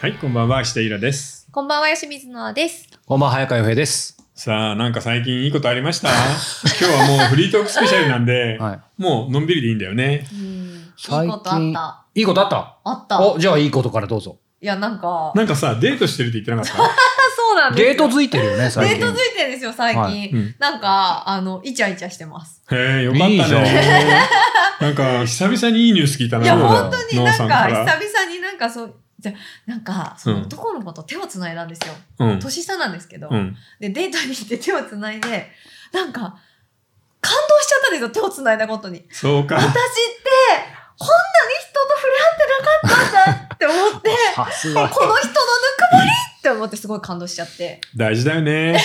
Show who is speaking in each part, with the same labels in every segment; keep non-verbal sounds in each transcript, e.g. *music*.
Speaker 1: はい、こんばんは、下平です。
Speaker 2: こんばんは、吉水野です。
Speaker 3: こんばんは、早川洋平です。
Speaker 1: さあ、なんか最近いいことありました今日はもうフリートークスペシャルなんで、
Speaker 3: はい。
Speaker 1: もうのんびりでいいんだよね。
Speaker 2: いいことあった。
Speaker 3: いいことあった
Speaker 2: あった。
Speaker 3: お、じゃあいいことからどうぞ。
Speaker 2: いや、なんか、あ、
Speaker 1: なんかさ、デートしてるって言ってなかっ
Speaker 2: そうなんですよ
Speaker 3: デートついてるよね、最
Speaker 2: デ
Speaker 3: 近。
Speaker 2: ートついてるんですよ、最近。
Speaker 3: は
Speaker 1: た、うん、
Speaker 2: なんか、あの、イチャイチャしてます。
Speaker 1: へえ、よかったね。
Speaker 3: いいじゃん
Speaker 1: なんか、久々にいいニュース聞いたな。
Speaker 2: いや、
Speaker 3: そうだよ
Speaker 2: 本当に
Speaker 1: ノー
Speaker 2: なん
Speaker 1: さん
Speaker 2: か、
Speaker 1: か
Speaker 2: 久
Speaker 1: ら
Speaker 2: 々になんかそう、じゃ、なんか、そ
Speaker 1: うん
Speaker 2: の男の子と手を繋いだんですよ。
Speaker 1: うん。
Speaker 2: 年下なんですけど。
Speaker 1: うん。
Speaker 2: で、デートに行って手を繋いで、なんか、感動しちゃったんですよ、手を繋いだこと
Speaker 1: *laughs*
Speaker 2: に。
Speaker 1: そう
Speaker 2: 私っ
Speaker 1: か。
Speaker 2: て、こんなに人と触れ合ってなかったんだって思って。
Speaker 3: さすが。
Speaker 2: この人のぬくもりって思ってすごい感動しちゃって。
Speaker 1: 大事だよね。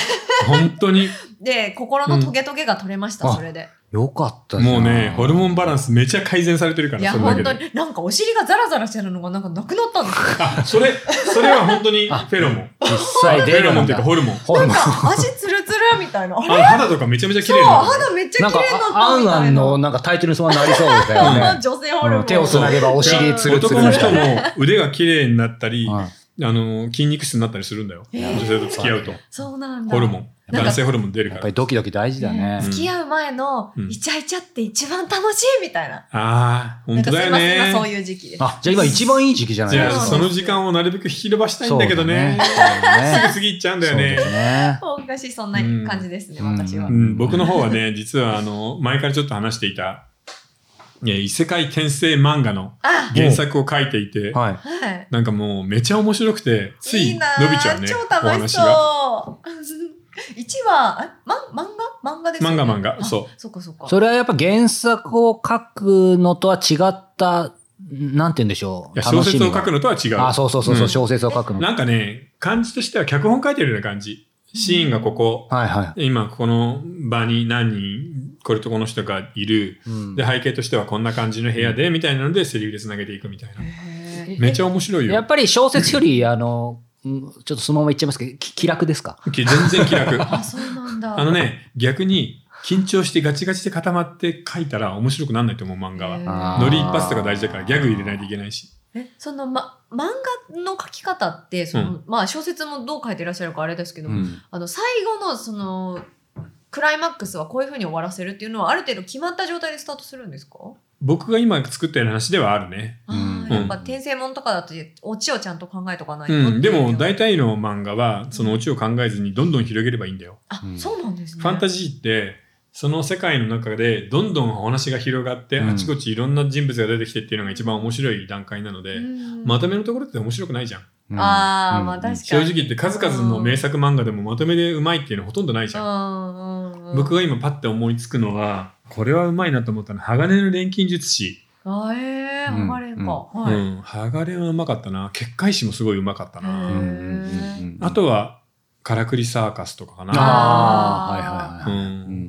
Speaker 1: 本当に。
Speaker 2: で、心のトゲトゲが取れました、
Speaker 3: うん
Speaker 2: それで。
Speaker 3: よかったじゃん
Speaker 1: もうね、ホルモンバランスめちゃ改善されてるか
Speaker 2: い
Speaker 1: ら、
Speaker 2: や、
Speaker 1: それだ
Speaker 2: 本
Speaker 1: け
Speaker 2: 当
Speaker 1: で。
Speaker 2: に、なんかお尻がザラザラしてるのがなんかなくなったんですよ。
Speaker 1: あ、それ、それは本当にフェロモン。
Speaker 3: 実際
Speaker 1: フ
Speaker 3: デ
Speaker 1: ェ
Speaker 3: ー
Speaker 1: ロ
Speaker 3: ト
Speaker 1: モン
Speaker 3: な
Speaker 1: っ
Speaker 3: ん
Speaker 1: ていうか
Speaker 3: だ。
Speaker 1: ホルモン。
Speaker 3: ホ
Speaker 2: な
Speaker 3: ル
Speaker 2: ん
Speaker 3: モン。
Speaker 2: か足ツルツルみたいな。あ
Speaker 1: あ
Speaker 2: れ
Speaker 1: の肌とかめちゃめちゃ綺
Speaker 2: そう、
Speaker 1: 麗なの。
Speaker 2: 肌めっち
Speaker 3: な
Speaker 2: ゃ
Speaker 3: ん
Speaker 2: 綺
Speaker 3: か
Speaker 2: 麗になっ、
Speaker 3: あ
Speaker 2: た
Speaker 3: ア
Speaker 2: み
Speaker 3: ンア
Speaker 2: たい
Speaker 3: ン
Speaker 2: な。
Speaker 3: のなんかタイトルそうになりそうだ
Speaker 1: アンア
Speaker 3: よ
Speaker 2: うん女
Speaker 3: ね。
Speaker 2: 性ホルモ
Speaker 3: う
Speaker 2: ン。
Speaker 3: ん手をつなげばお尻つるつ
Speaker 1: 男
Speaker 3: る
Speaker 1: の
Speaker 3: みた
Speaker 1: 人
Speaker 3: いな。
Speaker 1: も腕が綺麗になったり、
Speaker 3: うん
Speaker 1: あの筋肉質になったりするんだよ、
Speaker 2: へー
Speaker 1: 女性と付き合うと
Speaker 2: そうなんだ。
Speaker 1: ホルモン
Speaker 3: なんか
Speaker 1: 男性ホルモン出る
Speaker 3: や
Speaker 1: か
Speaker 3: っぱ
Speaker 1: ら
Speaker 3: りドキドキ大事だ
Speaker 2: ね
Speaker 3: ね。
Speaker 2: 付き合う前の
Speaker 1: うん
Speaker 2: イチャイチャって一番楽しいみたいな。
Speaker 1: ああ
Speaker 2: な
Speaker 1: 本
Speaker 2: んか
Speaker 1: 当
Speaker 2: す
Speaker 1: だ
Speaker 2: い
Speaker 1: よ
Speaker 2: ません
Speaker 1: ね
Speaker 2: 今そういう時期で。
Speaker 3: あ、じゃあ今一番いい時期じゃない
Speaker 1: じゃあ
Speaker 2: そうなんです
Speaker 1: その時間をなるべく引き延ばしたいんだけどね
Speaker 3: そうだ
Speaker 1: す
Speaker 3: ね
Speaker 1: ぐ次行っちゃうんだ
Speaker 3: そう
Speaker 1: よね
Speaker 3: ですね。
Speaker 2: おかしい、そんな感じですね、
Speaker 3: うん
Speaker 2: 私は
Speaker 1: う。ん、僕の方はね実はあの前からちょっと話していたね異世界転生漫画の
Speaker 2: あ、
Speaker 1: 原作を書いていて
Speaker 3: はい。
Speaker 2: はい。
Speaker 1: なんかもうめちゃ面白くてつい伸びちゃうね
Speaker 2: いいな
Speaker 1: お
Speaker 2: あ超楽
Speaker 1: 話
Speaker 2: し
Speaker 1: が
Speaker 2: そう。 *laughs* 一話、え、ま、漫画漫画ですよね。
Speaker 1: 漫画漫画
Speaker 2: あ
Speaker 1: そう。
Speaker 2: そっかそっか。
Speaker 3: それはやっぱ原作を書くのとは違った、なんて言うんでしょ。
Speaker 1: いうや小説を
Speaker 3: 楽しみが
Speaker 1: 書くのとは違う
Speaker 3: あ、そうそうそうそう、
Speaker 1: うん
Speaker 3: 小説を書くの。
Speaker 1: なんかね、感じとしては脚本書いてるような感じ。シーンがここ、
Speaker 3: はいは
Speaker 1: 今この場に何人、これとこの人がいる。
Speaker 3: い。うん
Speaker 1: で、背景としてはこんな感じの部屋で、みたいなのでセリフで繋げていくみたいな。
Speaker 2: へ
Speaker 1: めっちゃ面白い
Speaker 3: や
Speaker 1: よ
Speaker 3: っ。ぱり小説
Speaker 1: *laughs*
Speaker 3: より、あの、うんちょっとそのまま言っちゃいますけど、き気楽ですか
Speaker 1: き全然気楽。
Speaker 2: ーあ、そうなんだ。
Speaker 1: あのね、逆に緊張してガチガチで固まって書いたら面白くならないと思う漫画
Speaker 2: へ
Speaker 1: は。
Speaker 2: ー
Speaker 1: ノリ一発とか大事だからギャグ入れないといけないし。
Speaker 2: え、その、ま、漫画の書き方って、その、
Speaker 1: う
Speaker 2: まあ、小説もどう書いていらっしゃるかあれですけど、
Speaker 3: うん
Speaker 2: あの、最後の、その、クライマックスはこういうふうに終わらせるっていうのは、ある程度決まった状態でスタートするんですか
Speaker 1: 僕が今作ったような話ではあるね。
Speaker 2: あ
Speaker 3: う
Speaker 2: ー
Speaker 3: ん
Speaker 2: やっぱ、転生もんとかだと、オチをちゃんと考えとかないと。
Speaker 1: うん。でも大
Speaker 2: 体。
Speaker 1: 体の漫画はそのオチを考えずにどんどん広げればいいんだよ。
Speaker 2: あ
Speaker 3: う、ん
Speaker 2: そうなんですね。
Speaker 1: ファンタジーってその世界の中でどんどんお話が広がって、
Speaker 3: うん
Speaker 1: あちこちいろんな人物が出てきてっていうのが一番面白い段階なので、
Speaker 2: うん
Speaker 1: まとめのところって面白くないじゃん
Speaker 3: うん
Speaker 2: あー
Speaker 3: うん
Speaker 2: まあ確かに
Speaker 1: 正直言って数々の名作漫画でもまとめでうまいっていうのほとんどないじゃん、
Speaker 2: うんうんうん、
Speaker 1: 僕が今パッて思いつくのはこれはうまいなと思ったのは鋼の錬金術師、
Speaker 2: あえー、
Speaker 3: うん
Speaker 2: 剥がれんか、
Speaker 3: うん
Speaker 2: はい、
Speaker 1: うん、鋼はうまかったな結界師もすごいうまかった
Speaker 3: う
Speaker 1: な、
Speaker 3: んうんうん
Speaker 1: あとはからくりサーカスとかかな
Speaker 3: ああ、はいはいはい。
Speaker 1: うん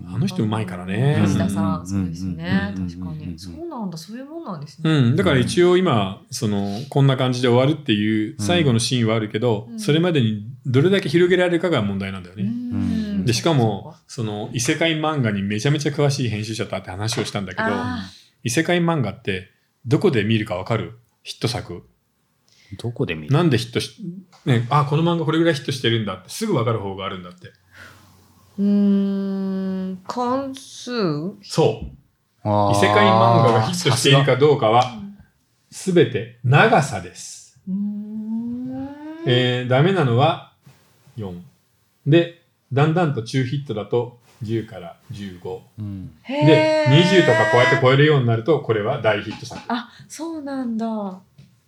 Speaker 3: う、ん
Speaker 1: あの人うまいからね、
Speaker 2: 吉田さん、
Speaker 3: うん
Speaker 2: そうですね、
Speaker 3: うん
Speaker 2: 確か
Speaker 3: うんうんうんう
Speaker 2: に
Speaker 3: ん
Speaker 2: そうなんだそういうもんなんですね、
Speaker 1: うん、だから一応今、そのこんな感じで終わるっていう最後のシーンはあるけど、
Speaker 2: うん
Speaker 1: それまでにどれだけ広げられるかが問題なんだよ
Speaker 2: う
Speaker 1: ね。
Speaker 3: うん
Speaker 1: でしかもその異世界漫画にめちゃめちゃ詳しい編集者と会って話をしたんだけど
Speaker 2: あ
Speaker 1: 異世界漫画ってどこで見るかわかるヒット作
Speaker 3: どこで見る
Speaker 1: なんでヒットし、ね、あこの漫画これぐらいヒットしてるんだってすぐわかる方があるんだって
Speaker 2: うーん関数
Speaker 1: そう
Speaker 3: あ
Speaker 1: 異
Speaker 3: ー
Speaker 1: 世界漫画がヒットしているかどうかは全て長さです
Speaker 2: うーん
Speaker 1: えーダメなのは4。で、だんだんと中ヒットだと10から15。
Speaker 3: うん
Speaker 1: で、20とかこうやって
Speaker 2: こう
Speaker 1: 超えるようになると、これは大ヒット作。
Speaker 2: あそうなんだ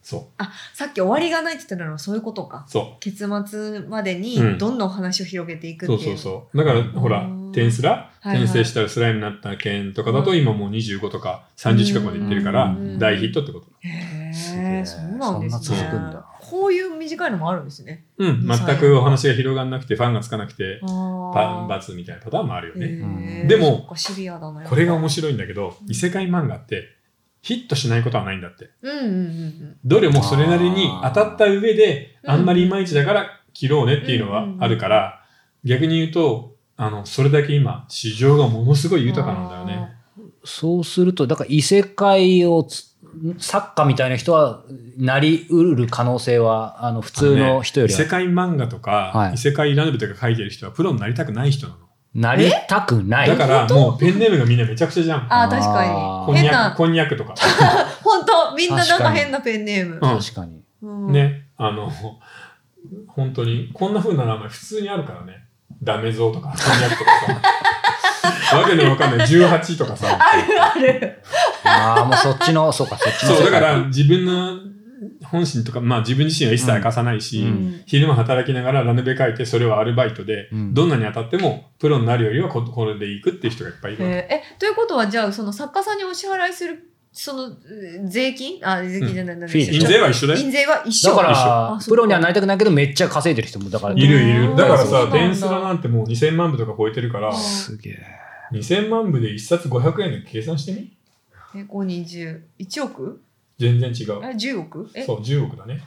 Speaker 1: そ
Speaker 2: さっき終わりがないって言ってたのはそういうことか
Speaker 1: う。そ
Speaker 2: 結末まで
Speaker 1: うん
Speaker 2: にどんどん話を広げていく
Speaker 1: う。
Speaker 2: って
Speaker 1: そ
Speaker 2: いうう、
Speaker 1: そうそう。だから、ほら、転スラ
Speaker 2: いはい
Speaker 1: 転生したらスライムになった件とかだと、今もう25とか30近くまでいってるから
Speaker 3: う、ん
Speaker 1: 大ヒットってこと。
Speaker 2: へ
Speaker 3: すげ
Speaker 2: え、
Speaker 3: え
Speaker 2: そうなんです
Speaker 1: そん
Speaker 2: ね。
Speaker 1: な続
Speaker 3: くんだ
Speaker 2: こういう短いのもあるんですね。
Speaker 1: うん。全くお話が広がんなくて、ファンがつかなくて、
Speaker 2: あー
Speaker 1: パ罰みたいなパターンもあるよね。
Speaker 2: へ
Speaker 3: うん
Speaker 2: え
Speaker 1: でも
Speaker 2: そっかシビアだな
Speaker 1: これが
Speaker 2: やっ
Speaker 1: 面白いんだけど、異世界漫画って、ヒットしないことはないんだって。
Speaker 2: ぱうんうんうん
Speaker 1: どれもそれなりに当たった上で
Speaker 2: あー
Speaker 1: あんまりいまいちだから切ろうねっていうのはあるから逆に言うとあのそれだけ今市場がものすごい豊かなんだよね。
Speaker 3: そうすると、だから異世界をつ作家みたいな人はなりうる可能性はあの普通の人より
Speaker 1: あ
Speaker 3: は
Speaker 1: のね異世界漫画とか、
Speaker 3: はい
Speaker 1: 異世界ラノベとか書いてる人はプロになりたくない人なの。
Speaker 3: なりたくない。
Speaker 1: だからもうペンネームがみんなめちゃくちゃじゃん。
Speaker 2: ああ、確
Speaker 3: あ
Speaker 2: か
Speaker 1: こ
Speaker 3: ー
Speaker 2: に。
Speaker 1: ん
Speaker 2: 変
Speaker 1: にゃく、
Speaker 2: な、
Speaker 1: こんにゃくとか。
Speaker 2: 本当みんななん
Speaker 3: 確か
Speaker 2: か
Speaker 3: に
Speaker 2: 変なペンネーム。
Speaker 1: うん
Speaker 3: 確かに。
Speaker 2: うん
Speaker 1: ね、あの、本当に、こんな風な名前普通にあるからね。ダメゾウとか、こんにゃくとかさ。わけのわかんない、18とかさ。
Speaker 2: あるある。
Speaker 3: ああ、もうそっち
Speaker 1: *laughs*
Speaker 3: の、そうか、そっち
Speaker 1: そ
Speaker 3: の
Speaker 1: う、だ
Speaker 3: 世界
Speaker 1: から自分の本心とか、まあ自分自身は一切明かさないし、
Speaker 3: うん
Speaker 1: 昼間働きながらラヌベ書いて、それはアルバイトで、
Speaker 3: うん
Speaker 1: どんなに当たってもプロになるよりはここれでいくっていう人がいっぱいい
Speaker 2: えー
Speaker 1: るわけ。
Speaker 2: え、ということは、じゃあ、その作家さんにお支払いする、その、えー税金あ、税金じゃない、なんだ
Speaker 3: フィー
Speaker 1: 印税
Speaker 2: は
Speaker 1: は一緒だよ。
Speaker 2: 印税は一緒。
Speaker 3: だか
Speaker 2: あ
Speaker 3: ら、
Speaker 2: そっか
Speaker 3: プロにはなりたくないけど、めっちゃ稼いでる人も、だから、
Speaker 1: いるいる。だから
Speaker 3: そうな
Speaker 1: さ、
Speaker 3: んだ
Speaker 1: 電スラなんてもう2000万部とか超えてるから、
Speaker 2: うん
Speaker 3: すげえ。
Speaker 1: 2000万部で1冊500円で計算してみ
Speaker 2: え、5、20、1億
Speaker 1: 全然違う。
Speaker 2: え、10億え、
Speaker 1: そう、10億だね。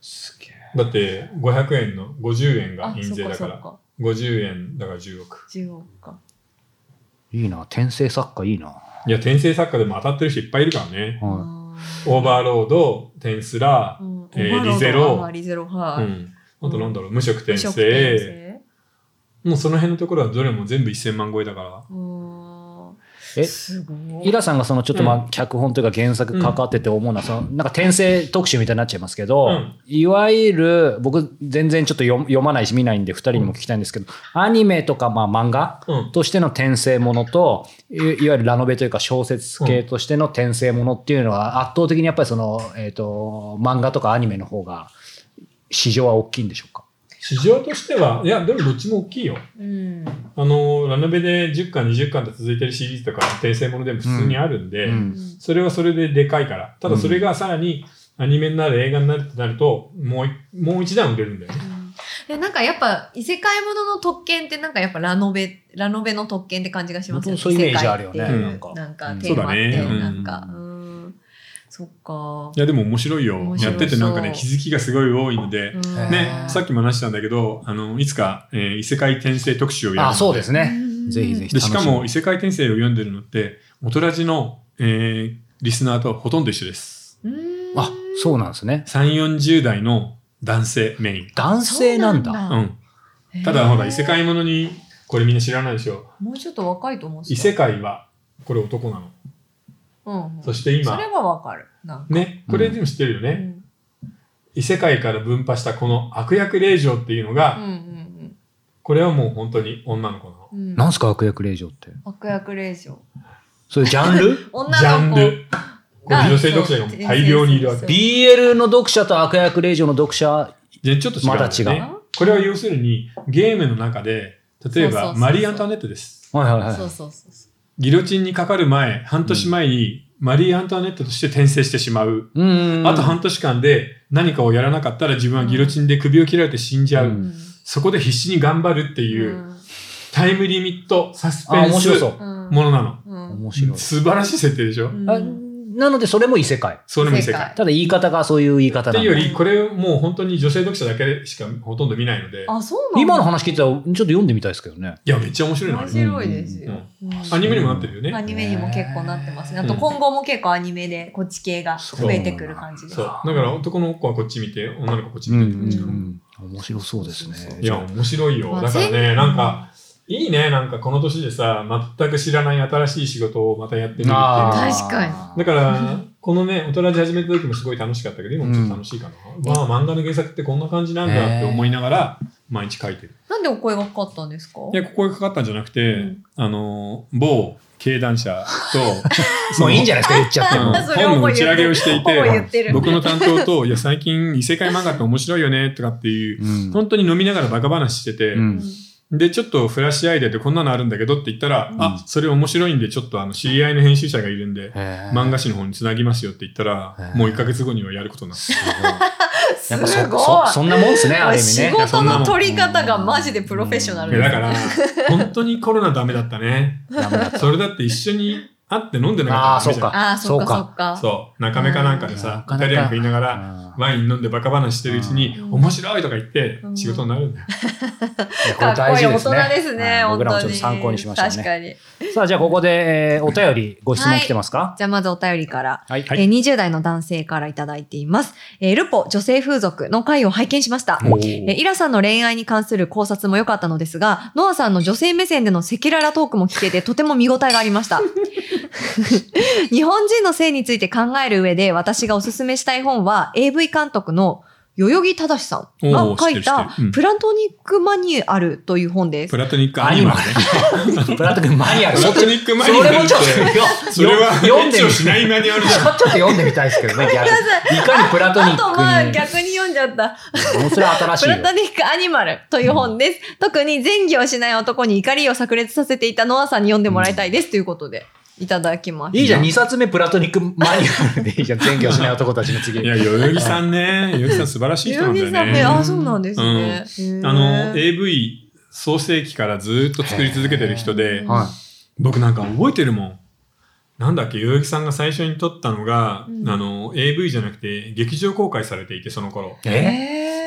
Speaker 3: すげえ。
Speaker 1: だって、500円の50円が
Speaker 2: あ、
Speaker 1: 印
Speaker 2: そ
Speaker 1: 税
Speaker 2: っか
Speaker 1: だ
Speaker 2: そ
Speaker 1: か
Speaker 2: っ
Speaker 1: ら、
Speaker 2: か。
Speaker 1: 50円だから10億。
Speaker 2: 10億か。
Speaker 3: いいな、転生作家いいな。
Speaker 1: いや、転生作家でも当たってる人いっぱいいるからね。
Speaker 3: は
Speaker 1: オーバーロード、転スラ
Speaker 2: う、ん
Speaker 1: えー
Speaker 2: オバロード
Speaker 1: リゼロ
Speaker 2: あーリゼロ、
Speaker 1: う
Speaker 2: はい。
Speaker 1: ん。あとなんだろう、無職
Speaker 2: 無
Speaker 1: 転
Speaker 2: 色
Speaker 1: 生。
Speaker 2: 転
Speaker 1: もうその辺のところはどれも全部1000万超えだから。
Speaker 2: 生うん
Speaker 3: え
Speaker 2: すご
Speaker 3: い。イ
Speaker 2: い。
Speaker 3: ラさんがそのちょっとま
Speaker 1: う
Speaker 3: あ脚本というか原作関わってて思うのはそのなんか転生特集みたいになっちゃいますけど、
Speaker 1: うん
Speaker 3: いわゆる僕全然ちょっと読読まないし見ないんで2人にも聞きたいんですけど、アニメとかまあ漫画
Speaker 1: うん。
Speaker 3: としての転生ものといいわゆるラノベというか小説系としての転生ものっていうのは圧倒的にやっぱりその、えー、と漫画とかアニメの方が市場は大きいんでしょうか
Speaker 1: 市場としては、いや、でもどっちも大きいよ。
Speaker 2: うん。
Speaker 1: あの、ラノベで10巻、20巻と続いてるシリーズとか、転生ものでも普通にあるんで、
Speaker 3: うん
Speaker 2: うん
Speaker 1: それはそれででかいから。ただそれがさらにアニメになる、映画になるってなると、もうい、もう一段売れるんだよね。
Speaker 2: でなんかやっぱ異世界ものの特権ってなんかやっぱラノベラノベの特権って感じがしますよね。
Speaker 3: 僕もそういうイメージあるよね
Speaker 2: 異世界っていう
Speaker 3: なんか
Speaker 2: なん
Speaker 3: う
Speaker 2: か
Speaker 3: ん
Speaker 2: テーマって
Speaker 1: そうだね
Speaker 2: なんか
Speaker 3: う
Speaker 2: うんそっか
Speaker 1: い。や、でも面白いよ。
Speaker 2: 面白
Speaker 1: やっててなんかね、気づきがすごい多いので、
Speaker 2: うん
Speaker 1: ね、さっきも話したんだけど、あの、いつか、えー異世界転生特集をやるの
Speaker 3: あそうですね、
Speaker 2: うん
Speaker 3: ぜひぜひ
Speaker 1: でしかも、
Speaker 3: 楽
Speaker 1: 異
Speaker 3: し
Speaker 1: 世界転生を読んでるのって、オトラジの、えーリスナーとほとんど一緒です。
Speaker 2: うん
Speaker 3: みあそうなんですね
Speaker 1: 3、40代の男性メイン。
Speaker 3: 男性なんだ
Speaker 1: うん。
Speaker 2: へー
Speaker 1: ただ、ほら、異世界ものに、これみんな知らないでしょ。
Speaker 2: もうちょっと若いと思うん
Speaker 1: 異
Speaker 2: です
Speaker 1: 世
Speaker 2: よ。
Speaker 1: 界は、これ男なの。
Speaker 2: うんうん
Speaker 1: そして今
Speaker 2: それはわかる。なんか
Speaker 1: ね、これでも知ってるよね。
Speaker 2: うん
Speaker 1: 異世界から分派したこの悪役令嬢っていうの
Speaker 2: う
Speaker 1: が、
Speaker 2: んうん
Speaker 1: これはもう本当に女の子なの。
Speaker 2: うんうん。
Speaker 3: なんすか悪役令嬢って
Speaker 2: 悪役令嬢。
Speaker 3: そういうジャン *laughs* ル
Speaker 1: ジャ
Speaker 2: 女
Speaker 1: ン
Speaker 2: の子
Speaker 1: ル。これ女性読者がもう大量にいるわけ。
Speaker 2: そう
Speaker 3: BL の読者と悪役令嬢の読者
Speaker 1: でちょっと違うんだよね、
Speaker 3: まだ違
Speaker 2: う
Speaker 1: これは要するに、ゲームの中で、例え
Speaker 2: そうそうそう
Speaker 1: ば
Speaker 2: そう
Speaker 1: マリー・アントワネットです。
Speaker 3: はいはいはい
Speaker 2: そうそうそうそう。
Speaker 1: ギロチンにかかる前、半年前に、マリー・アントワネットとして転生してしまう。
Speaker 3: うんうんうん
Speaker 1: あと半年間で何かをやらなかったら自分はギロチンで首を切られて死んじゃう。
Speaker 3: うん
Speaker 1: そこで必死に頑張るっていう、タイムリミット、サス
Speaker 3: あ
Speaker 1: ペン
Speaker 3: 面白そ
Speaker 1: ス
Speaker 3: う
Speaker 2: うん。
Speaker 1: ものなの。
Speaker 2: うんうん
Speaker 3: 面白い、
Speaker 1: 素晴らしい設定でしょ、
Speaker 2: うん
Speaker 3: あなのでそれも異世界
Speaker 1: それも異世界。
Speaker 3: ただ言い方がそういう言い
Speaker 1: っ
Speaker 3: 方
Speaker 1: て
Speaker 3: ないん
Speaker 1: うよ
Speaker 3: だ
Speaker 1: り、これもう本当に女性読者だけしかほとんど見ないので、
Speaker 2: あ、そうな
Speaker 3: 今の
Speaker 2: 話
Speaker 3: 話聞いたらちょっと読んでみたいですけどね
Speaker 1: いや、めっちゃ面白いのあ
Speaker 2: 面
Speaker 1: れ
Speaker 2: 白いですよ。
Speaker 1: アニメにもなって
Speaker 2: る
Speaker 1: るよね。
Speaker 2: アニメにも結構なってますね。
Speaker 1: う
Speaker 2: あ
Speaker 1: ん
Speaker 2: と今後も結構アニメでこっち系が増えてくる感じです。
Speaker 1: そう。だから男の子はこっち見て、女の子はこっち
Speaker 3: うん
Speaker 1: 見て
Speaker 3: う
Speaker 1: る感じかな。
Speaker 3: んうん面白そうですね
Speaker 1: いや、面白いよ。
Speaker 2: まあ
Speaker 1: だからね、
Speaker 2: 全
Speaker 1: なんか、いいね、なんかこの年でさ、全く知らない新しい仕事をまたやってみるっていうの
Speaker 3: あ
Speaker 1: は。
Speaker 3: ー
Speaker 2: 確か
Speaker 1: だから、このね、大人で始めた時もすごい楽しかったけど、今もちょっと楽しいかな。まあ、漫画の原作ってこんな感じなんだって思いながら、毎日書いてる。
Speaker 2: なんでお声がかかったんですか
Speaker 1: いや、ここがかかったんじゃなくて、
Speaker 2: うん
Speaker 1: あの、某経団社 *laughs* と、
Speaker 3: もういいんじ
Speaker 1: ゃ
Speaker 3: ゃないですか言っちゃっても *laughs*
Speaker 2: それを
Speaker 1: 本の打ち上げをしてい
Speaker 2: ほぼ言
Speaker 1: て、
Speaker 2: ってる。
Speaker 1: 僕の担当と、いや、最近異世界漫画って面白いよね、とかっていう、
Speaker 3: うん
Speaker 1: 本当に飲みながらバカ話してて、
Speaker 3: うん
Speaker 1: で、ちょっとフラッシュアイデアでこんなのあるんだけどって言ったら、
Speaker 2: うん
Speaker 1: あ、それ面白いんで、ちょっとあの、知り合いの編集者がいるんで、
Speaker 3: へー
Speaker 1: 漫画誌の方につなぎますよって言ったら、
Speaker 3: へー
Speaker 1: もう1ヶ月後にはやることになった。
Speaker 2: す
Speaker 3: やっ
Speaker 2: ご
Speaker 3: ぱ
Speaker 2: い。
Speaker 3: そそそんなもんですねある意味
Speaker 2: 仕
Speaker 3: ね
Speaker 1: いやそ
Speaker 2: 事
Speaker 1: んなもん
Speaker 2: の取り方がマジでプロフェッショナル
Speaker 1: いや
Speaker 2: で
Speaker 1: だ
Speaker 2: す。
Speaker 1: から、本当にコロナダメだったね。
Speaker 3: *laughs* ダメだった
Speaker 1: それだって一緒に会って飲んでな
Speaker 3: あ
Speaker 1: かった
Speaker 3: あそ
Speaker 1: わけ
Speaker 3: う
Speaker 1: じゃん
Speaker 3: か
Speaker 2: ああ、そっかそっか。
Speaker 1: そう中目かなんかで
Speaker 3: うん
Speaker 1: さ
Speaker 3: なか
Speaker 1: イ
Speaker 3: なか
Speaker 1: タリアン食いながら
Speaker 3: あ
Speaker 1: ワイン飲んでバカ話してるうちに
Speaker 2: うん
Speaker 1: 面白いとか言って
Speaker 2: うん
Speaker 1: 仕事になるんだよ、
Speaker 3: ーいやこ
Speaker 2: か
Speaker 3: れ
Speaker 2: っこ
Speaker 3: 大
Speaker 2: いい
Speaker 3: 事
Speaker 2: 大
Speaker 3: です
Speaker 2: 人で
Speaker 3: ね
Speaker 2: すね。
Speaker 3: はい
Speaker 2: 本
Speaker 3: 僕らも
Speaker 2: 当
Speaker 3: ちょっ
Speaker 2: に
Speaker 3: と参考にしましたね
Speaker 2: 確かに。
Speaker 3: さあ、じゃあここで、えーお便り、ご質問来てますか
Speaker 2: じゃあまずお便りから。
Speaker 3: はい。
Speaker 1: はい
Speaker 2: えー20代の男性からいただいています。えールポ女性風俗の回を拝見しました。
Speaker 1: お
Speaker 2: え
Speaker 1: ー
Speaker 2: ーイラさんの恋愛に関する考察も良かったのですが、ノアさんの女性目線での赤裸々トークも聞けてとても見応えがありました。 *laughs* 日本人の性について考える上で私がおすすめしたい本は AV 監督の代々木正さんが
Speaker 1: おー
Speaker 2: 書い
Speaker 1: 知ってる知
Speaker 2: た
Speaker 1: ってるうん
Speaker 2: プラトニックマニュアルという本です
Speaker 1: プ。ラトニックアニマルね。
Speaker 3: プラト君マニュアル。
Speaker 1: プラトニックマニュアル
Speaker 3: それもちょっ
Speaker 1: って
Speaker 3: と、
Speaker 1: それは、
Speaker 3: 読
Speaker 1: 読
Speaker 3: ん
Speaker 1: ん
Speaker 3: で
Speaker 1: で
Speaker 3: み
Speaker 1: をしないマニュアルじ
Speaker 3: ち
Speaker 1: ゃ
Speaker 3: ょっと読んでみたいですけどね、逆に。いかにプラトニ
Speaker 2: あ
Speaker 3: ッ
Speaker 2: とは
Speaker 3: ク
Speaker 2: 逆に読んじゃった。
Speaker 3: に。もうそれは新しい
Speaker 2: プ
Speaker 3: よ
Speaker 2: ラ。トニックアニマルという本です。特に前儀をしない男に怒りを炸裂させていたノアさんに読んでもらいたいです、ということでいただきます。
Speaker 3: いいじゃん、2冊目プラトニックマニュアルで
Speaker 1: *laughs*
Speaker 3: いいじゃん、全業しない男たちの次。
Speaker 1: ん。いや、代々木さんね、代々木さん素晴らしい人なんだよ
Speaker 2: 代々木
Speaker 1: ね。
Speaker 2: さんねあ、そうなんですね。へー
Speaker 1: あの、AV 創世期からずっと作り続けてる人
Speaker 2: へ
Speaker 1: で
Speaker 2: ー、
Speaker 3: はい。
Speaker 1: 僕なんか覚えてるもん。なんだっけ、代々木さんが最初に撮ったのが、
Speaker 2: うん
Speaker 1: あの、AV じゃなくて、劇場公開されていて、その頃。
Speaker 3: え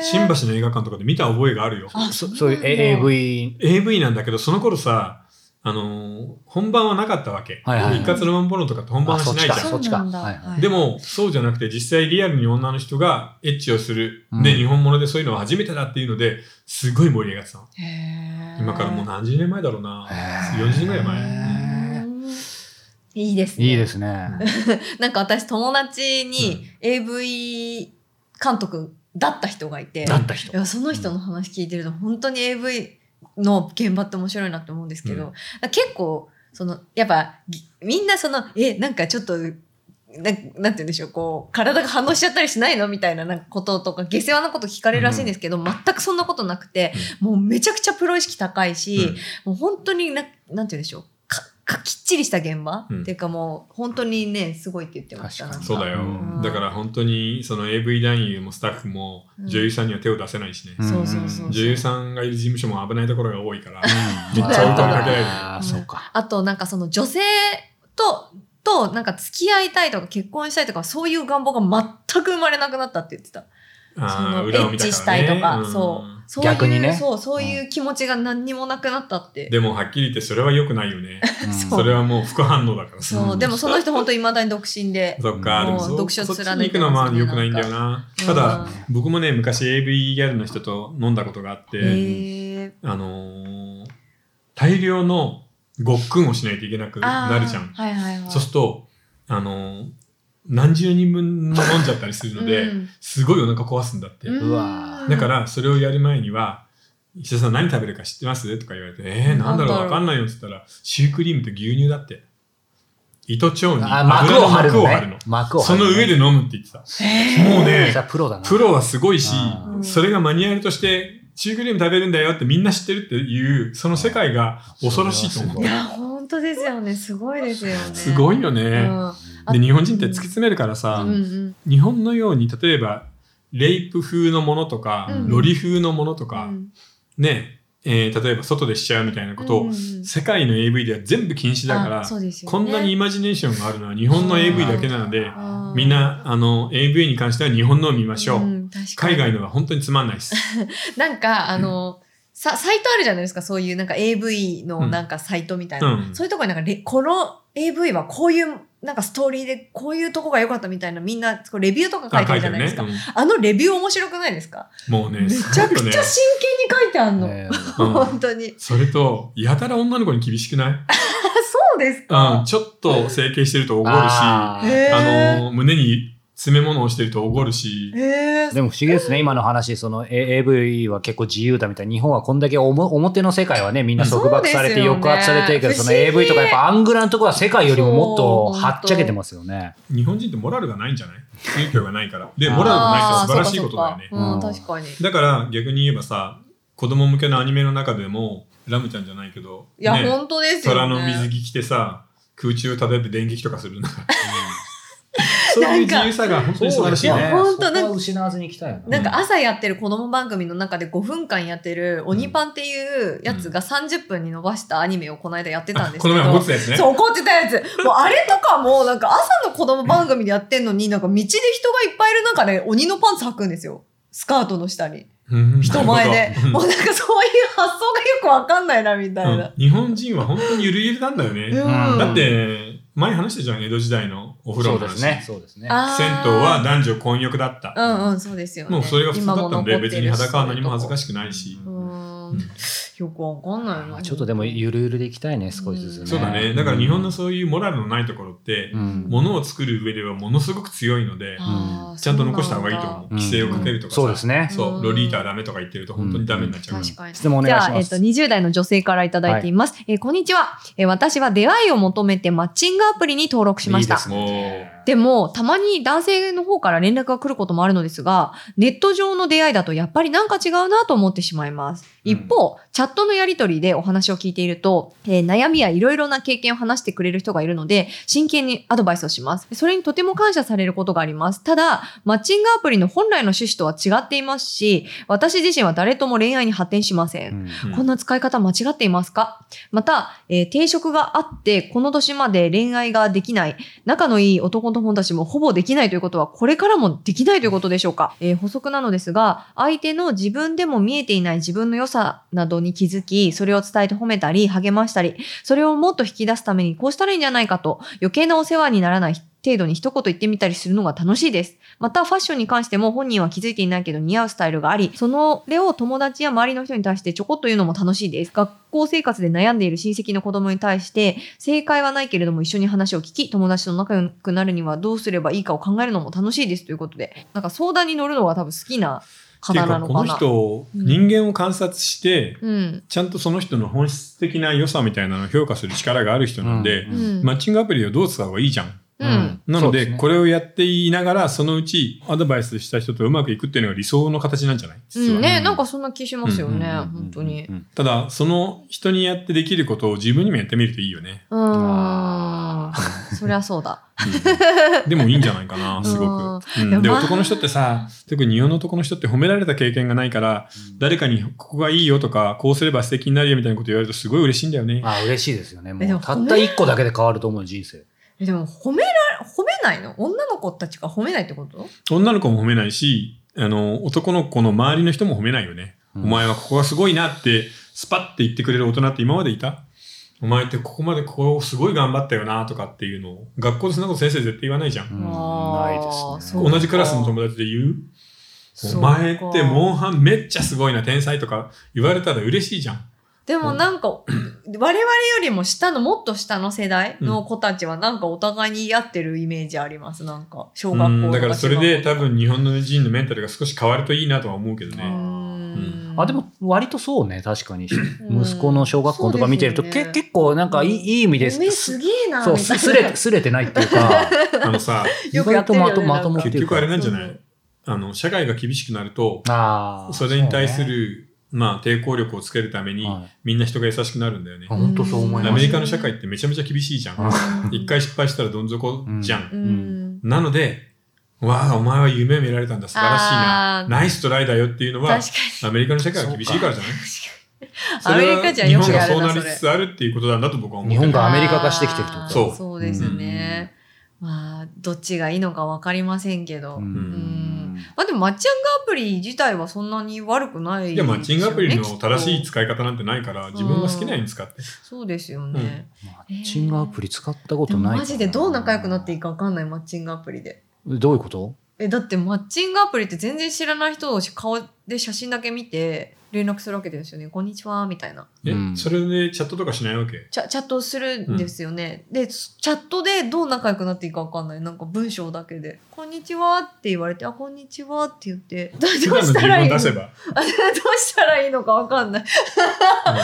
Speaker 2: へー
Speaker 1: 新橋の映画館とかで見た覚えがあるよ。
Speaker 2: あ
Speaker 3: そ
Speaker 2: なんだ
Speaker 3: そういう A- AV。
Speaker 1: AV なんだけど、その頃さ、あのー本番はなかったわけ。
Speaker 3: はいはい
Speaker 1: 一括ロマンボロンとかって本番はしないじ
Speaker 3: あ
Speaker 1: ゃ
Speaker 3: そっちか
Speaker 2: そうなんだ
Speaker 3: はい
Speaker 1: ん。で、も、そうじゃなくて、実際リアルに女の人がエッチをする。で、
Speaker 3: うん
Speaker 1: 日本物でそういうのは初めてだっていうので、すごい盛り上がってたの。
Speaker 2: へー
Speaker 1: 今からもう何十年前だろうな。
Speaker 3: へー
Speaker 1: 40年ぐらい前。うん
Speaker 2: う
Speaker 3: 前
Speaker 2: んいいですね。
Speaker 3: いいですね。
Speaker 2: なんか私友達に AV 監督だった人がいて、
Speaker 3: なった人
Speaker 2: い。やその人の話聞いてると本当に AV の現場って面白いなって思うんですけど、
Speaker 1: う
Speaker 2: 結構そのやっぱぎみんなそのえなんかちょっとななんて言うんでしょうこう体が反応しちゃったりしないのみたいななんかこととか下世話なこと聞かれるらしいんですけど、全くそんなことなくて、もうめちゃくちゃプロ意識高いし、もう本当にななんて言うんでしょうかかきっちりした現場、
Speaker 1: うん
Speaker 2: っていうかもう本当にねすごいって言ってました
Speaker 3: 確かに
Speaker 1: そうだよ、
Speaker 3: うん
Speaker 1: だから本当にその AV 男優もスタッフも
Speaker 2: うん
Speaker 1: 女優さんには手を出せないしね、
Speaker 3: うん
Speaker 2: そうそうそう
Speaker 1: 女優さんがいる事務所も危ないところが多いから、
Speaker 3: うん
Speaker 1: めっちゃお金かけられる
Speaker 3: あーそうか。
Speaker 2: あとなんかその女性と、となんか付き合いたいとか結婚したいとかそういう願望が全く生まれなくなったって言ってた。そ
Speaker 1: あー
Speaker 2: のエ
Speaker 1: 裏を
Speaker 2: ッ
Speaker 1: 見た
Speaker 2: チ
Speaker 1: ら、ね、
Speaker 2: したいとか、
Speaker 1: ん
Speaker 2: そう。そういう
Speaker 3: 逆にね
Speaker 2: そう、そういう気持ちが何にもなくなったって。
Speaker 1: でもはっきり言ってそれは良くないよね
Speaker 3: うん
Speaker 2: そう
Speaker 1: それはもう副反応だからさ
Speaker 2: そう、
Speaker 3: うん
Speaker 2: でもその人本当に未だに独身で。
Speaker 1: そっか、
Speaker 2: うん
Speaker 1: でも
Speaker 2: もう
Speaker 1: そ
Speaker 2: 読書
Speaker 1: そっち
Speaker 2: 貫
Speaker 1: に
Speaker 2: い
Speaker 1: 行
Speaker 2: て
Speaker 1: くのは
Speaker 2: ま
Speaker 1: ますあ
Speaker 2: ね
Speaker 1: 良くないんだよな
Speaker 2: なんか
Speaker 1: た
Speaker 2: う
Speaker 1: だ
Speaker 2: ん
Speaker 1: 僕もね昔 AV ギャルの人と飲んだことがあって、
Speaker 2: へー
Speaker 1: あのー大量のごっくんをしないといけなく
Speaker 2: あー
Speaker 1: なるじゃん
Speaker 2: はいはいはい。
Speaker 1: そうすると、あのー何十人分も飲んじゃったりするので、
Speaker 2: うん
Speaker 1: すごいお腹壊すんだって。
Speaker 3: うわ
Speaker 2: ー
Speaker 1: だから、それをやる前には、石田さん何食べるか知ってますとか言われて、えー、なんだろう
Speaker 2: なんだろう
Speaker 1: わかんないよって言ったら、シュークリームと牛乳だって。糸蝶に
Speaker 3: あ幕
Speaker 1: 油
Speaker 3: を
Speaker 1: の
Speaker 3: 張る
Speaker 1: 膜
Speaker 3: の
Speaker 1: を張るの
Speaker 3: ね。。幕を張
Speaker 1: そ
Speaker 3: る
Speaker 1: の
Speaker 3: ね
Speaker 1: 上で飲むって言ってた。
Speaker 2: へー
Speaker 1: もうね
Speaker 3: さあプロだな。
Speaker 1: プロはすごいし
Speaker 3: あ
Speaker 2: ー、
Speaker 1: それがマニュアルとして、シュークリーム食べるんだよってみんな知ってるっていう、その世界が恐ろしいと思
Speaker 3: そうれ
Speaker 2: い
Speaker 3: は。
Speaker 2: や、本当ですよね。すごいですよね。
Speaker 1: すご
Speaker 2: い
Speaker 1: いよね。
Speaker 2: あ
Speaker 1: で日本人って突き詰めるからさ、
Speaker 2: うんうん。
Speaker 1: 日本のように例えばレイプ風のものとか、
Speaker 2: うん
Speaker 1: ロリ風のものと
Speaker 2: う
Speaker 1: か、
Speaker 2: ん
Speaker 1: ね、えー例えば外でしちゃうみたいなことを、
Speaker 2: うんうんうん
Speaker 1: 世界の AV では全部禁止だから、
Speaker 2: あそうですよね
Speaker 1: こんなにイマジネーションがあるのは日本の AV だけなので、
Speaker 2: あー
Speaker 1: みんなあの AV に関しては日本のを見ましょう。
Speaker 2: うん確かに
Speaker 1: 海外のは本当につまんないです。
Speaker 2: なんかあの、さサイトあるじゃないですかそういうなんか AV の
Speaker 1: うん
Speaker 2: なんかサイトみたいな、
Speaker 1: うん
Speaker 2: *laughs* そういうとこになんかレこの AV はこういうなんかストーリーでこういうとこが良かったみたいなみんなこうレビューとか書いてるじゃないですかあ,、
Speaker 1: ね、
Speaker 2: のレビュー面白くないですか
Speaker 1: うんもうね、
Speaker 2: めちゃくちゃ真剣に
Speaker 1: す
Speaker 2: 書いて
Speaker 1: *laughs*
Speaker 2: あんの、
Speaker 3: ね
Speaker 1: ごくねうん
Speaker 2: 本当に
Speaker 1: それと、やたら女の子に厳しくない、
Speaker 2: そうです
Speaker 1: うん、
Speaker 2: か、
Speaker 1: ちょっと整形してると怒るし、
Speaker 3: あー
Speaker 2: へ
Speaker 1: あ
Speaker 2: ー
Speaker 1: の胸に詰め物をしてると怒るし、
Speaker 2: へー
Speaker 3: でも不思議ですね、今の話、その A- AV は結構自由だみたいな、日本はこんだけおも表の世界はね、みんな束縛されて、
Speaker 2: そうですよね
Speaker 3: 抑圧されてるけど、その
Speaker 2: 不思議
Speaker 3: AV とかやっぱアングラのところは世界よりももっと
Speaker 2: そう
Speaker 3: はっちゃけてますよね。
Speaker 1: 日本人ってモラルがないんじゃない宗教がないから。で、
Speaker 3: あー
Speaker 1: モラルがないって
Speaker 2: あー
Speaker 1: 素晴らしいことだよね
Speaker 2: そ。うかそうか
Speaker 3: う
Speaker 2: うんん、確かにい
Speaker 1: だから逆に言えばさ、子供向けのアニメの中でも、ラムちゃんじゃないけど、
Speaker 2: や、
Speaker 1: ね
Speaker 2: 本当ですよね
Speaker 1: 虎の水着着てさ、空中漂って電撃とかするんだから。そういう自由さが本当に素晴らしい
Speaker 2: なんか
Speaker 1: ね。
Speaker 2: 本当
Speaker 3: そこは失わずに来たよ
Speaker 2: なん
Speaker 1: う
Speaker 2: か
Speaker 1: ん
Speaker 2: 朝やってる子供番組の中で5分間やってる「鬼パン」っていうやつが30分に伸ばしたアニメをこの間やってたんです
Speaker 1: こ
Speaker 2: け
Speaker 1: の
Speaker 2: ど、
Speaker 1: 前思ってたやつね。
Speaker 2: そう怒ってたやつもうあれとかもなんか朝の子供番組でやってんのになんか道で人がいっぱいいる中で鬼のパンツ履くんですよスカートの下に
Speaker 1: うん
Speaker 2: 人前
Speaker 1: なるほ
Speaker 2: で
Speaker 1: どうん
Speaker 2: もうなんかそういう発想がよくわかんないなみたいな
Speaker 1: う、ん日本人は本当にゆるゆるなんだよね。
Speaker 3: うん
Speaker 1: だって、前話したじゃん、江戸時代のお風
Speaker 3: そ
Speaker 1: 呂
Speaker 3: う
Speaker 1: の
Speaker 3: です
Speaker 1: 話。
Speaker 3: ね。そうですね。
Speaker 2: あー
Speaker 1: 銭湯は男女混浴だった。
Speaker 2: うんうんそうですよね
Speaker 1: もうそれが普通だったので、
Speaker 2: 今も残って
Speaker 1: 別
Speaker 2: る
Speaker 1: に
Speaker 2: し
Speaker 1: 裸は何も恥ずか
Speaker 2: し
Speaker 1: しくないし。
Speaker 2: うー
Speaker 1: うん
Speaker 2: んよくわかんない
Speaker 3: ま
Speaker 2: な
Speaker 3: あちょっとでもゆるゆるでいきたいね、少しずつね。
Speaker 1: そうだね。だから日本のそういうモラルのないところって、
Speaker 3: うん
Speaker 1: 物を作る上ではものすごく強いので、
Speaker 2: あー
Speaker 1: ちゃんと残した方がいいと思う。
Speaker 3: うん
Speaker 1: 規制をかけるとかさ
Speaker 3: そうですね。
Speaker 1: そう、ロリータはダメとか言ってると本当にダメになっちゃう。
Speaker 2: 確かに
Speaker 3: 質問お
Speaker 2: じ
Speaker 3: 願いし
Speaker 2: ゃあ、
Speaker 3: ま
Speaker 2: えっと、
Speaker 3: す。
Speaker 2: 20代の女性からいただいています。えーこんにちは、えー私は出会いを求めてマッチングアプリに登録しました。
Speaker 3: いいですね
Speaker 2: でも、たまに男性の方から連絡が来ることもあるのですが、ネット上の出会いだとやっぱりなんか違うなと思ってしまいます。
Speaker 1: うん
Speaker 2: 一方、チャットのやりとりでお話を聞いていると、えー悩みやいろいろな経験を話してくれる人がいるので、真剣にアドバイスをします。それにとても感謝されることがあります。ただ、マッチングアプリの本来の趣旨とは違っていますし、私自身は誰とも恋愛に発展しません
Speaker 3: う。ん
Speaker 1: うん
Speaker 2: こんな使い方間違っていますかまた、えー定職があって、この年まで恋愛ができない、仲のいい男友達もほぼできないということは、これからもできないということでしょうか、えー補足なのですが、相手の自分でも見えていない自分の良さなどに気づき、それを伝えて褒めたり、励ましたり、それをもっと引き出すためにこうしたらいいんじゃないかと、余計なお世話にならない程度に一言言ってみたりするのが楽しいです。またファッションに関しても本人は気づいていないけど似合うスタイルがあり、そのれを友達や周りの人に対してちょこっと言うのも楽しいです。学校生活で悩んでいる親戚の子供に対して、正解はないけれども一緒に話を聞き、友達と仲良くなるにはどうすればいいかを考えるのも楽しいですということで、なんか相談に乗るのが多分好きな方
Speaker 1: っていう
Speaker 2: な
Speaker 1: か、
Speaker 2: の
Speaker 1: こ
Speaker 2: か
Speaker 1: の
Speaker 2: な。
Speaker 1: 人を、
Speaker 2: うん
Speaker 1: 人間を観察して、
Speaker 2: うん。
Speaker 1: ちゃんとその人の本質的な良さみたいなのを評価する力がある人なんで
Speaker 3: う
Speaker 2: う、ん。
Speaker 1: マッチングアプリをどう使う方がいいじゃん。
Speaker 2: うん。
Speaker 1: なので、
Speaker 3: そうすね
Speaker 1: これをやっていながら、そのうちアドバイスした人とうまくいくっていうのが理想の形なんじゃない実
Speaker 2: うん、
Speaker 1: は、
Speaker 2: ね、なんかそんな気しますよね、
Speaker 3: うん
Speaker 2: 本当に。
Speaker 3: う
Speaker 2: うん
Speaker 1: ただ、その人にやってできることを自分にもやってみるといいよ
Speaker 2: *laughs*
Speaker 1: ね。
Speaker 2: ーん
Speaker 3: あ。
Speaker 2: そりゃそうだ。
Speaker 1: でもいいんじゃないかな、すごく。うん
Speaker 2: いや
Speaker 1: で、
Speaker 2: まあ
Speaker 1: 男の人ってさ、特に日本の男の人って褒められた経験がないから、誰かにここがいいよとか、こうすれば素敵になるよみたいなこと言われるとすごい嬉しいんだよね。
Speaker 3: あ嬉しいですよね。も
Speaker 2: えでも
Speaker 3: うたった一個だけで変わると思う人生。
Speaker 2: えでも、褒めら、褒めないの女の子たちが褒めないってこと
Speaker 1: 女の子も褒めないし、あの、男の子の周りの人も褒めないよね。
Speaker 3: うん
Speaker 1: お前はここがすごいなって、スパッて言ってくれる大人って今までいたお前ってここまでここをすごい頑張ったよなとかっていうのを、学校でそんなこと先生絶対言わないじゃん。
Speaker 3: うん
Speaker 2: あー
Speaker 3: ないです
Speaker 2: そう
Speaker 3: ね。
Speaker 1: 同じクラスの友達で言うお前ってモンハンめっちゃすごいな、天才とか言われたら嬉しいじゃん。
Speaker 2: でもなんか、我々よりも下の、もっと下の世代の子たちはなんかお互いにやってるイメージあります。なんか、小学校
Speaker 1: うん
Speaker 2: と
Speaker 1: だからそれで
Speaker 2: 中
Speaker 1: 多
Speaker 2: 学校
Speaker 1: 分日本の人のメンタルが少し変わるといいなとは思うけど
Speaker 2: う
Speaker 1: ね。
Speaker 2: ーん
Speaker 3: あでも割とそうね確かに
Speaker 2: ん
Speaker 3: 息子の小学校とか見てると、
Speaker 2: そうです
Speaker 3: け
Speaker 2: よね
Speaker 3: 結構なんかいいいい意味で
Speaker 2: おめえすげえな
Speaker 3: そう
Speaker 2: みた
Speaker 3: す
Speaker 2: いな
Speaker 3: すれすれてないっていうか
Speaker 1: あのさ、
Speaker 2: *laughs*
Speaker 3: 意
Speaker 2: よくや
Speaker 3: 外
Speaker 2: って
Speaker 3: と
Speaker 2: るよ
Speaker 3: ま
Speaker 2: ね
Speaker 3: とまともって
Speaker 1: 結
Speaker 3: いう
Speaker 1: 局
Speaker 3: か
Speaker 1: あれなんじゃな
Speaker 2: う
Speaker 1: い
Speaker 2: ん
Speaker 1: あの、社会が厳しくなると、
Speaker 3: あー
Speaker 1: それに対す
Speaker 3: そうね
Speaker 1: る、まあ、抵抗力をつけるために、
Speaker 3: は
Speaker 1: みんな人が優しくなるんだよね
Speaker 3: あ。本当そう思い
Speaker 1: ア
Speaker 3: ま
Speaker 1: メ
Speaker 3: す
Speaker 1: リカの社会ってめちゃめちゃ厳しいじゃん。
Speaker 2: うん
Speaker 1: 一回失敗したらどん底じゃん。
Speaker 2: うん
Speaker 1: なので、わあ、お前は夢を見られたんだ、素晴らしいな
Speaker 2: あ。ー
Speaker 1: ナイストライだよっていうのは
Speaker 2: 確、かに。
Speaker 1: アメリカの社会は厳しいからじゃない
Speaker 2: アメリカじゃ
Speaker 1: それは
Speaker 2: よ
Speaker 1: 日本
Speaker 2: く
Speaker 1: が
Speaker 2: や
Speaker 1: そ
Speaker 2: る
Speaker 1: うな
Speaker 2: な、
Speaker 1: り
Speaker 2: そ
Speaker 1: つ
Speaker 2: れ。
Speaker 1: つあるっていうことなんだと僕は思うけ
Speaker 3: 日
Speaker 1: ど。
Speaker 3: 本がアメリカ化してきてるってことだ
Speaker 1: そう
Speaker 2: そうですね。まあ、どっちがいいのかわかりませんけど。
Speaker 3: うん
Speaker 2: んまあでも、マッチングアプリ自体はそんなに悪くない、
Speaker 1: いや、マッチングアプリの正しい
Speaker 2: きっと
Speaker 1: 使い方なんてないから、自分が好きなように使って。
Speaker 2: そうですよね。
Speaker 3: マッチングアプリ使ったこ
Speaker 2: で
Speaker 3: と
Speaker 2: も
Speaker 3: ない
Speaker 2: マジでどう仲良くなってい
Speaker 3: い
Speaker 2: いかわかんない、マッチングアプリで。
Speaker 3: どういうこと
Speaker 2: え、だってマッチングアプリって全然知らない人を顔で写真だけ見て連絡するわけですよね。こんにちは、みたいな。
Speaker 1: え
Speaker 3: うん
Speaker 1: それでチャットとかしないわけ
Speaker 2: チャチャットするんですよね、でチャットでどう仲良くなっていいか分かんないなんか文章だけで「こんにちは」って言われて「あこんにちは」って言っ
Speaker 3: *laughs*
Speaker 2: てどどう
Speaker 1: 普段の
Speaker 2: し
Speaker 1: 自
Speaker 2: たら
Speaker 1: 分を
Speaker 2: いいの *laughs*
Speaker 1: 出せ
Speaker 2: ど
Speaker 1: ば。
Speaker 2: うしたらいいのか分かんない、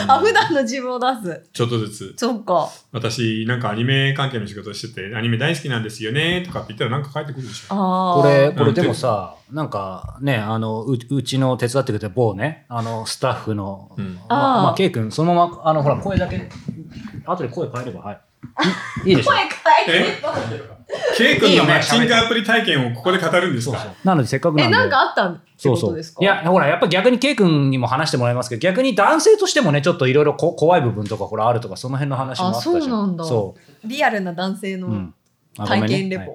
Speaker 2: あ
Speaker 1: うん
Speaker 2: 普段の自分を出す
Speaker 1: ちょっとずつ。
Speaker 2: そっか
Speaker 1: 私、なんかアニメ関係の仕事してて、アニメ大好きなんですよねとかって言ったらなんか返ってくるでしょ。
Speaker 2: ああ
Speaker 3: これ、
Speaker 1: ー
Speaker 3: これでもさ、なんかね、あの、ううちの手伝ってくれた某ね、あの、スタッフの、
Speaker 1: うん
Speaker 3: まあ
Speaker 2: あー
Speaker 3: まあ、ケイ君、そのまま、あの、ほら、声だけ、後で声変えれば、はい。い *laughs* いいでし
Speaker 2: *laughs*
Speaker 3: ょ
Speaker 2: 声変えて
Speaker 1: ケイ君のマッチングアプリ体験をここで語るんです
Speaker 3: そう
Speaker 1: か
Speaker 3: そう。なので、せっかくな
Speaker 2: え
Speaker 3: んで。
Speaker 2: なんかあったって
Speaker 3: そ
Speaker 2: こ
Speaker 3: うそ
Speaker 2: と
Speaker 3: う。
Speaker 2: ですか
Speaker 3: いや、ほら、やっぱ逆にケイ君にも話してもらいますけど、逆に男性としてもね、ちょっといろいろこ怖い部分とか、ほら、あるとか、その辺の話もあったじゃん。
Speaker 2: あそうなんだ
Speaker 3: そ
Speaker 2: リアルな男性
Speaker 3: う。
Speaker 2: の
Speaker 3: うん。あごめん
Speaker 2: 体
Speaker 3: ね
Speaker 2: 験レポ、
Speaker 3: はい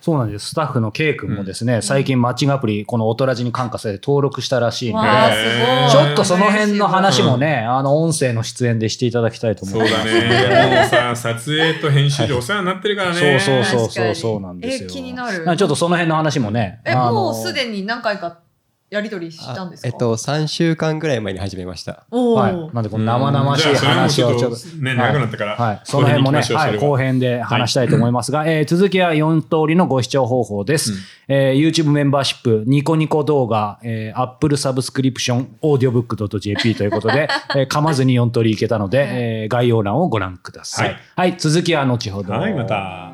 Speaker 3: そうなんです。スタッフの K 君もですね、最近マッチングアプリ、このオトラジに感化されて登録したらしいんで、
Speaker 2: わあ
Speaker 1: へー
Speaker 2: すごい。
Speaker 3: ちょっとその辺の話もね、あの、音声の出演でしていただきたいと思い
Speaker 1: そう
Speaker 3: ます。
Speaker 1: だね。もうさ、撮影と編集でお世話になってるからね。
Speaker 3: そうそう
Speaker 2: 確かに
Speaker 3: そうそうそうなんですよ。
Speaker 2: え気になる
Speaker 3: あちょっとその辺の話もね。
Speaker 2: え、
Speaker 3: あの
Speaker 2: もうすでに何回かやり取りしたんですか
Speaker 4: えっ、と、3週間ぐらい前に始めました。
Speaker 2: おー
Speaker 3: はい。なんでこの生々しい話を
Speaker 1: じ
Speaker 3: ち
Speaker 1: ゃ
Speaker 3: ょ
Speaker 1: あ
Speaker 3: っ
Speaker 1: そ
Speaker 3: と。
Speaker 1: れはもうちょっとね、長くなったから。
Speaker 3: はい、その辺もね、
Speaker 1: 後編に行きましょう
Speaker 3: はい、
Speaker 1: それは
Speaker 3: 後編で話したいと思いますが、えー続きは4通りのご視聴方法です、えー YouTube メンバーシップ、ニコニコ動画、えー Apple サブスクリプション、オーディオブック .jp ということ
Speaker 1: *laughs*
Speaker 3: で、えー噛まずに4通りいけたので、えー概要欄をご覧ください。
Speaker 1: はい
Speaker 3: はい、続きは後ほど。
Speaker 1: はい、また。